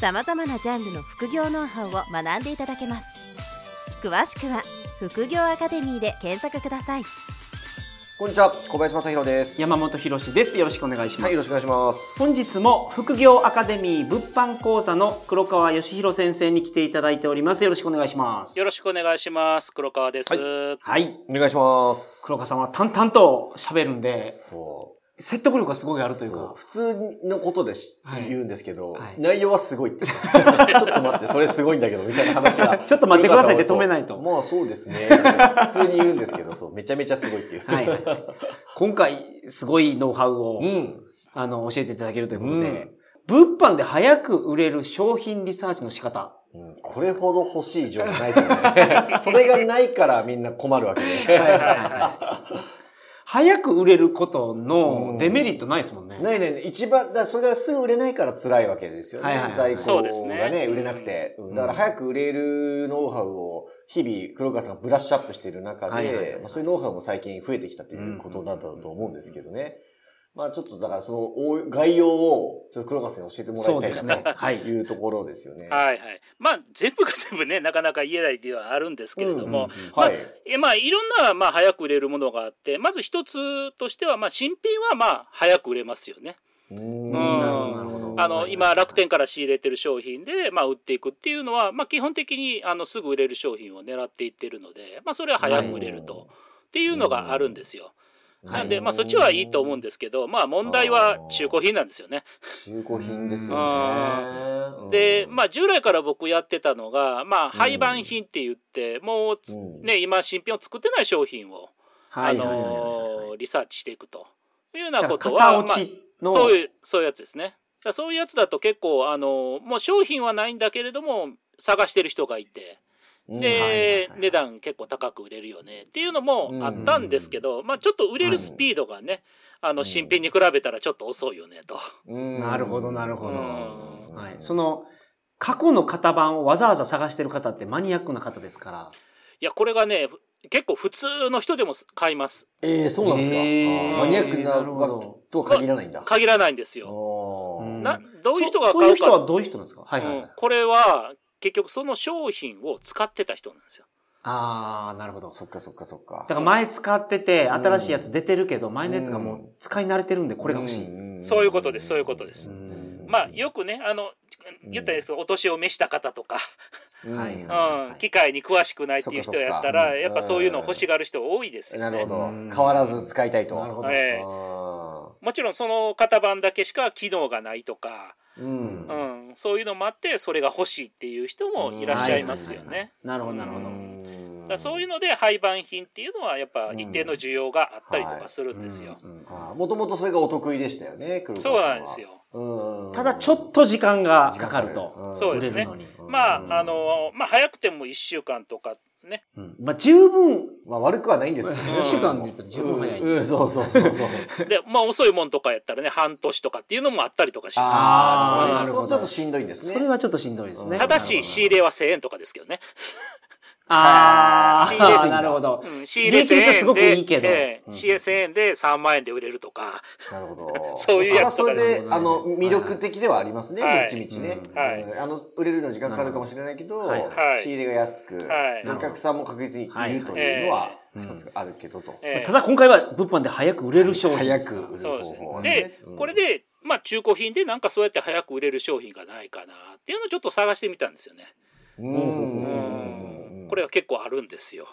さまざまなジャンルの副業ノウハウを学んでいただけます詳しくは「副業アカデミー」で検索くださいこんにちは、小林正弘です。山本博史です。よろしくお願いします。はい、よろしくお願いします。本日も副業アカデミー物販講座の黒川義弘先生に来ていただいております。よろしくお願いします。よろしくお願いします。黒川です。はい。お願いします。黒川さんは淡々と喋るんで、そう。説得力がすごいあるというそうか。普通のことでし、はい言うんですけど、はい内容はすご いって。ちょっと待って、それすごいんだけど、みたいな話が。ちょっと待ってくださいって止めないとそうまあそうですね。普通に言うんですけど、そう、めちゃめちゃすごいっていう。はいはいはい。今回、すごいノウハウを、うん。あの、教えていただけるということで、物販で早く売れる商品リサーチの仕方。うんこれほど欲しい情報ないですよね。 それがないからみんな困るわけで。はいはいはい早く売れることのデメリットないですもんね。ないないない一番、だからそれがすぐ売れないから辛いわけですよね。はいはいはい在そ庫うですがね、ね売れなくて、んだから早く売れるノウハウを日々黒川さんがブラッシュアップしている中で、はいはいはいはいまあ、そういうノウハウも最近増えてきたということなんだと思うんですけどね。まあちょっとだからそのお概要をちょっと黒川さんに教えてもらそういでたすいね。なはいと。いうところですよね。はいはい。まあ、全部が全部ね、なかなか言えないではあるんですけれども、うんうんうんまあはい。えまあ、いろんな、まあ、早く売れるものがあって、まず一つとしては、まあ、新品は、まあ、早く売れますよね。ううんんなるほどなるほどあはいはいはの、い今、楽天から仕入れてる商品で、まあ、売っていくっていうのは、まあ、基本的に、あの、すぐ売れる商品を狙っていってるので、まあ、それは早く売れると。はいっていうのがあるんですよ。んなんで、まあ、そっちはいいと思うんですけど、まあ、問題は中古品なんですよね。中古品ですよね。で、うんまあ、従来から僕やってたのが、まあ、廃盤品って言って、もうつ、うんね、今、新品を作ってない商品を、はいはいあはいはいのーリサーチしていくというようだなからことは、片落ちまの、あ、そういう、そういうやつですね。だからそういうやつだと結構、あのーもう商品はないんだけれども、探してる人がいて、うんで、はいはいはい値段結構高く売れるよねっていうのもうんあったんですけど、まあ、ちょっと売れるスピードがね、あうんの、新品に比べたらちょっと遅いよねと。うんなるほどなるほどうんはい、その過去の型番をわざわざ探してる方ってマニアックな方ですからいや、これがね、結構普通の人でも買います。ええそうなんですか。えーあーマニアックななるほわどとは限らないんだ。限らないんですよ。おうんーなどういう人がそ買そういうう人かはどういう人なんですかはいはい、はいうんこれは結局その商品を使ってた人なんですよ。ああなるほどそっだかそっかそっか。から前使っててん新しいやつ出てるけど前のやつがうもんう使い慣れてるんでこれが欲しい、んそういうことですそういうことですうんまあよくねあの言ったらいいですけどお年を召した方とか、うんはいはいうん、機械に詳しくないっていうそっ人かそっかやったらうんやっぱそういうのを欲しがる人多いですよなるほね。どうん。変わらず使いたいと。なるほどええもちろんその型番だけしか機能がないとか、え。うんう。ん、そういうのもあってそれが欲しいっていう人もいらっしゃいますよはははね。なるほどなるほど、だからそういううので廃盤品っていうのはやっぱ一定の需要があったりとかするんですよ。うんうんもともとそれがお得意でしたよね、黒川さそうなんですよ。うん。ただちょっと時間がかかるとんそう売でれすねるのに、うんまああのまあ早くても1週間とかねうんまあ、十分まあ悪くはないんですけど1一週間で言ったら十分早い、うんうん、そうそうそう そう。で、まあ遅いもんとかやったらね、半年とかっていうのもあったりとかしまあーーなるそほどうするとしんどいんですね。それはちょっとしんどいですねす。ただし、仕入れは1000円とかですけどね。あ仕入れあす、んだなるほどう。ん仕入れ1000利益率は円。すごくいいけどええうん仕入れ1000円で3万円で売れるとか。なるほど。そういうやつそとれかはそですれで、あの、魅力的ではありますね、はいどっちみちね。うんはいうんあの、売れるの時間かかるかもしれないけど、なるほどはい仕入れが安く、はいお客さんも確実にいるというのは、一つあるけどと。ええただ今回は物販で早く売れる商品早ですくか売るそうで方す法ね。はで、これ、で、まあ中古品でなんかそうやって早く売れる商品がないかなっていうのをちょっと探してみたんですよね。ううんん。これは結構あるんですよ。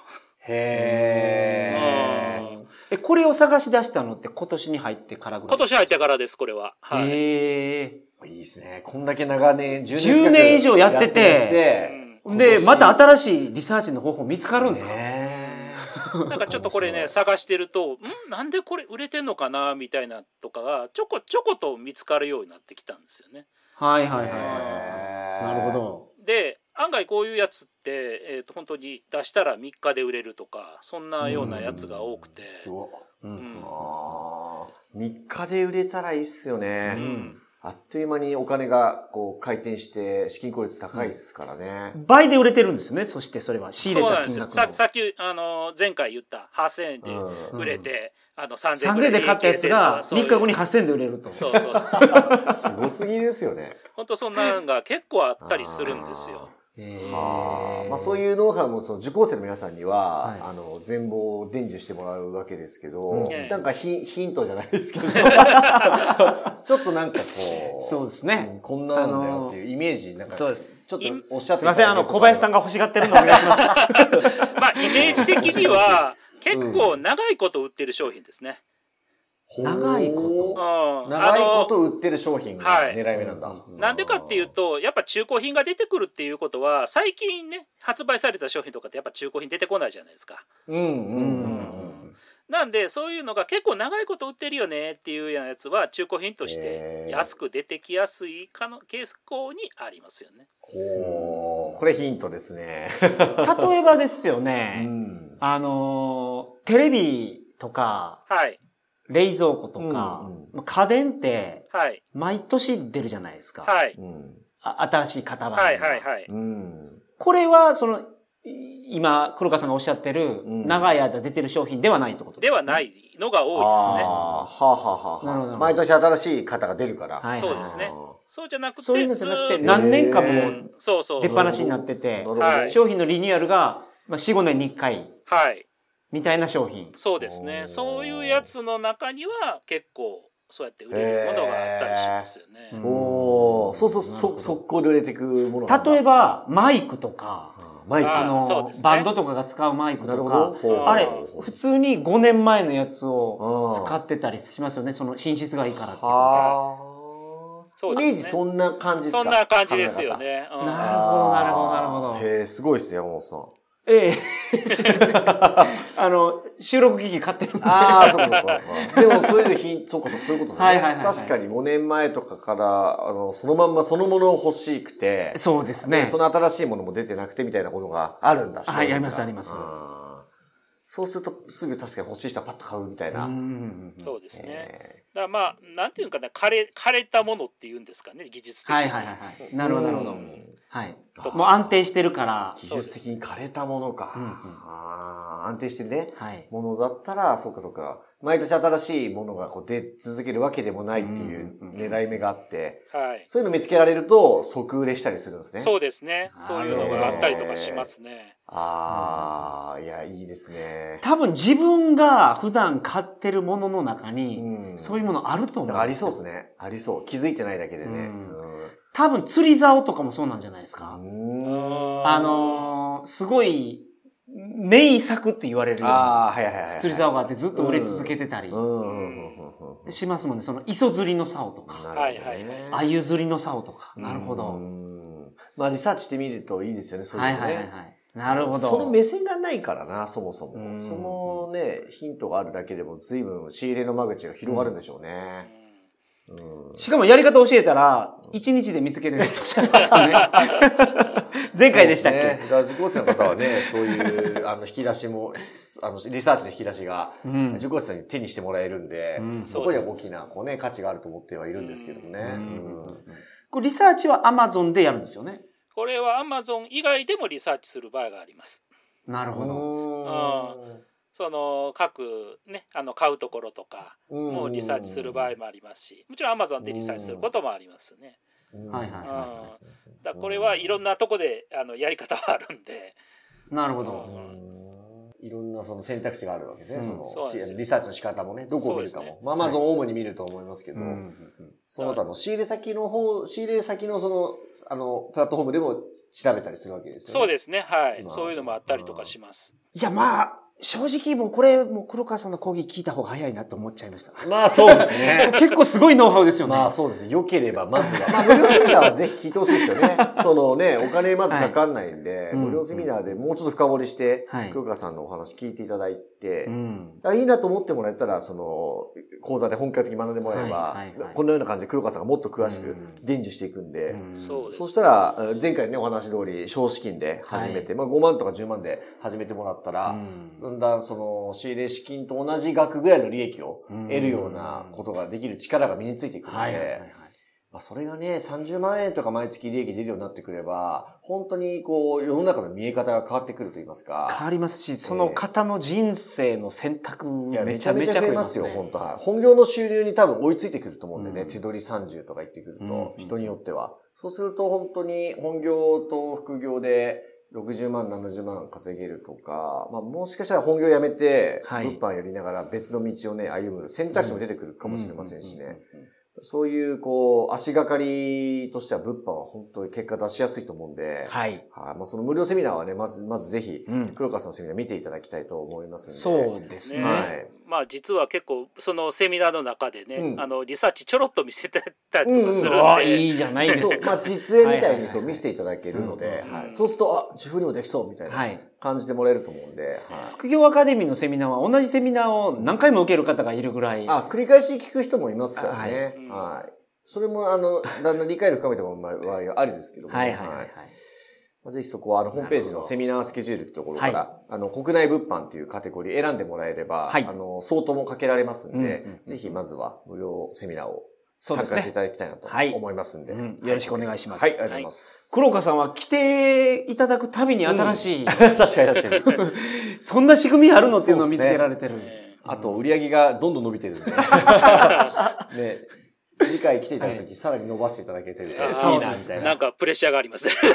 へー。うんえこれを探し出したのって今年に入ってからぐらい今年入ってからです、これは。はい。へえいいですね。こんだけ長年、10年近く10年以上やっててましてうんでまた新しいリサーチの方法見つかるんですか、ねえなんかちょっとこれね、探してると、んなんでこれ売れてんのかなみたいなとかが、ちょこちょこと見つかるようになってきたんですよね。はいはいはいはい、へーなるほどで案外こういうやつって、えー、と本当に出したら3日で売れるとかそんなようなやつが多くて、すごい。ううんんああ。3日で売れたらいいっすよね。うんあっという間にお金がこう回転して資金効率高いですからね。倍で売れてるんですね。そしてそれは仕入それうなたんです金よ額さの。さっき、あの前回言った8000円でうん売れて、あの3000円3000円で買ったやつがそうい3う日後に8000円で売れると。そうそうそうすごすぎですよね。本当そんなんが結構あったりするんですよ。はあ。まあそうう。いうノウハウもその受講生の皆さんには、はいあの、全貌を伝授してもらうわけですけど、うんなんかヒヒントじゃないです けど、ちょっとなんかこう、そうですうねん。こんなんだよっていうイメージ、なんか、そうです。ちょっとおっしゃっすていません、あの、小林さんが。が欲しがってるのをお願いします。まあイメージ的 には結構長いこと売ってる商品ですね。長いことうん、と。あ長いこのと売ってる商品が狙い目なんだ。はいなんでかっていうとやっぱ中古品が出てくるっていうことは最近ね発売された商品とかってやっぱ中古品出てこないじゃないですか。うんうんうんうん。なんでそういうのが結構長いこと売ってるよねっていうようなやつは中古品としてへー安く出てきやすいかの傾向にありますよね。ほうこれヒントですね。例えばですようね、んあのー、テレビとか、はい冷蔵庫とかうん、まあ家電って、はい毎年出るじゃないですか。はいうんあ新しい型番。はいはいはい。うんこれは、その、い今、黒川さんがおっしゃってる、うん長い間出てる商品ではないってことです、ね。。ではないいのがあー多いですね。はあはあなるほどはあ。毎年新しい方が出るから。はいそうですねそうじゃなくてそういうのじゃなくて、ずーっ何年間へもーとそうそう出っ放しになってなてる、ほど。はい商品のリニューアルが、まあ、4、5年に1回、はいみたいな商品。そうですおねーそういうやつの中には結構そうやって売れるものがあったりしますよね、へーうんおお、そうそう、なるほそど速攻で売れてくものなんだ。例えば、マイクとか、マイク。あーあのそうですねバンドとかが使うマイクなるとほかど。、ほうあーあれ、普通に5年前のやつをあー使ってたりしますよね。その品質がいいからっていうか。はあ。そうイですメねージそんな感じですかそんな感じですよ。ね、うなん考え方るほどなるほどなるほどあーへえ、すごいですね、山本さん。え え。あの、収録機器買ってるんで。ああ、そうかそうか。でもそういうのひん、そうかそうか、そういうことですね。はいはいはいはい確かに5年前とかから、あの、そのまんまそのものを欲しくて、そうですでね。その新しいものも出てなくてみたいなことがあるんだはい商品がありますありますあーそうすると、すぐ確かに欲しい人はパッと買うみたいな。うんそうですね、えだからまあなんていうのかな枯れ枯れたものっていうんですかね技術的に、はいはいはいはい。なるほどなるほうどん。はいあ。もう安定してるからー。技術的に枯れたものか。うんうんあー安定してるね。はい。ものだったら、そうかそうか。毎年新しいものがこう出続けるわけでもないっていううんうんうん狙い目があって、はいそういうの見つけられると即売れしたりするんですね。。そううですねあーそういうのがあったりとかしますねああ、いや、いいですね。多分自分が普段買ってるものの中に、うんそういうものあるとなん思う。かありそうですね。ありそう。気づいてないだけでね。うん多分釣り竿とかもそうなんじゃないですか。うんああのー、すごい、名作って言われるようなああ、はいはいはい。釣り竿があってずっと売れ続けてたりうんうんうんうんうん。しますもんね。その磯釣りの竿とか、なるほどねはいはあいゆ釣りの竿とか。なるほうど。んまあリサーチしてみるといいですよね、そういうはのね。いはいはいはい。なるほど。その目線がないからな、そもそうんも。そのね、ヒントがあるだけでも随分仕入れの間口が広がるんでしょうね。うんしかもやり方教えたら、一日で見つ けれるとおっしゃってましたね。 前回でしたっけ、そうすねだから受講生の方はね、 そういう、あの、引き出しも、あの、リサーチの引き出しが、うん受講生さんに手にしてもらえるんで、うんそこには大きな、こうね、価値があると思ってはいるんですけどもね。うんうんこれリサーチは Amazon でやるんですよね。これはアマゾン以外でもリサーチする場合がありますなるほど。その各ねあの買うところとかうんもリサーチする場合もありますしもちろんアマゾンでリサーチすることもありますねうんはいはいうんはだからこれはいろんなとこであのやり方はあるんでなるほうど。いろんなその選択肢があるわけですね。うんそのそうなんですよリサーチの仕方もね、どこを見るかそうですも。まあまあ、その主に見ると思いますけど、うんその他の仕入れ先の方、仕入れ先のその、あの、プラットフォームでも調べたりするわけですよね。そうですねはいまあそういうのもあったりとかしますいや、まあ、正直もうこれ、もう黒川さんの講義聞いた方が早いなと思っちゃいました。まあそうですね。 結構すごいノウハウですよ ね。まあそうです。良ければまずは。まあ無料セミナーはぜひ聞いてほしいですよ ね。そのね、お金まずかかんないんで、いうん無料セミナーでもうちょっと深掘りして、はい黒川さんのお話聞いていただいて、うん。あいいなと思ってもらえたら、その、講座で本格的に学んでもらえば、はいはいはいこんなような感じで黒川さんがもっと詳しうくん伝授していくんで、うんそうですそしたら、えー前回ね、お話通り、少資金で始めて、まあ5万とか10万で始めてもらったら、だんだんその仕入れ資金と同じ額ぐらいの利益をうん得るようなことができる力が身についていくので、はいはいはいはい。まあ、それがね、30万円とか毎月利益出るようになってくれば、本当にこう、世の中の見え方が変わってくると言います変か、わりますし、その方の人生の選択いや、めめちちゃゃめめちちゃ増ゃ増ええまますすよ、よ、本本当当はい。本業の収入に多分追いついてくると思うんでね、うん手取り30とか言ってくると、うん人によっては。そうすると本当に本業と副業で60万、70万稼げるとか、まあもしかしたら本業辞めて、はい物販やりながら別の道をね、歩む選択肢も出てくるかもしれませんしね。うんうんうんうん。そういう、こう、足がかりとしては物販は本当に結果出しやすいと思うんで、はい。はい。まあ、その無料セミナーはね、まず、まずぜひ、うん。黒川さんのセミナー見ていただきたいと思いますので。そうですね。はいまあ実は結構そのセミナーの中でね、うんあのリサーチちょろっと見せてたりとかするんうで、んあいいじゃないですそう、か。まあ、実演みたいにはいはいそはうい見せていただけるので、うんはい。そうすると、あ、自分にもできそうみたいは。ない感じてもらえると思うんで、はい。副業アカデミーのセミナーは同じセミナーを何回も受ける方がいるぐらい。あ、繰り返し聞く人もいますからね。はいはい。それも、あの、だんだん理解力深めてもらう場合はありですけども、はいはいはいはい。まあぜひそこは、あの、ホームページなるのほどセミナースケジュールってところから、はあの、国内物販っていうカテゴリー選んでもらえれば、はいあの、相当もかけられますんで、うんうんぜひまずは無料セミナーをそう参です加していね。ただきたいなとはい思いますんで。うんよろしくお願いします。はい、ありがとうございます。黒川さんは来ていただくたびに新しい、確かに確かに。そんな仕組みあるのっていうのをそう見ですつねけられてる。えあと、売り上げがどんどん伸びてるん で。ね、次回来ていただくとき、さらに伸ばしていただけてるとあいーいな、みたえいな。なんかプレッシャーがありますね。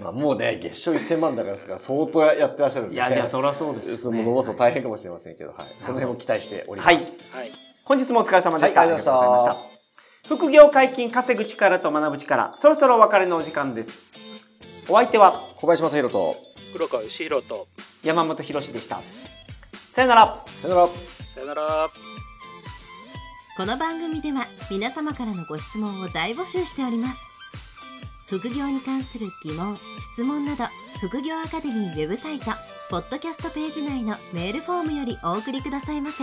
まあ、もうね、月賞1000万だからですから、相当やってらっしゃるんで。いやいや、そりゃそうですそよのね。伸ばすの大変かもしれませんけど、はい。その辺も期待しております。はい。はい。本日もお疲れ様でした。はいありがとうございました副業解禁稼ぐ力と学ぶ力、そろそろお別れのお時間です。お相手は小林正宏と、黒川義弘と山本博史でした。さよなら。さよなら。さよなら。この番組では皆様からのご質問を大募集しております副業に関する疑問・質問など副業アカデミーウェブサイトポッドキャストページ内のメールフォームよりお送りくださいませ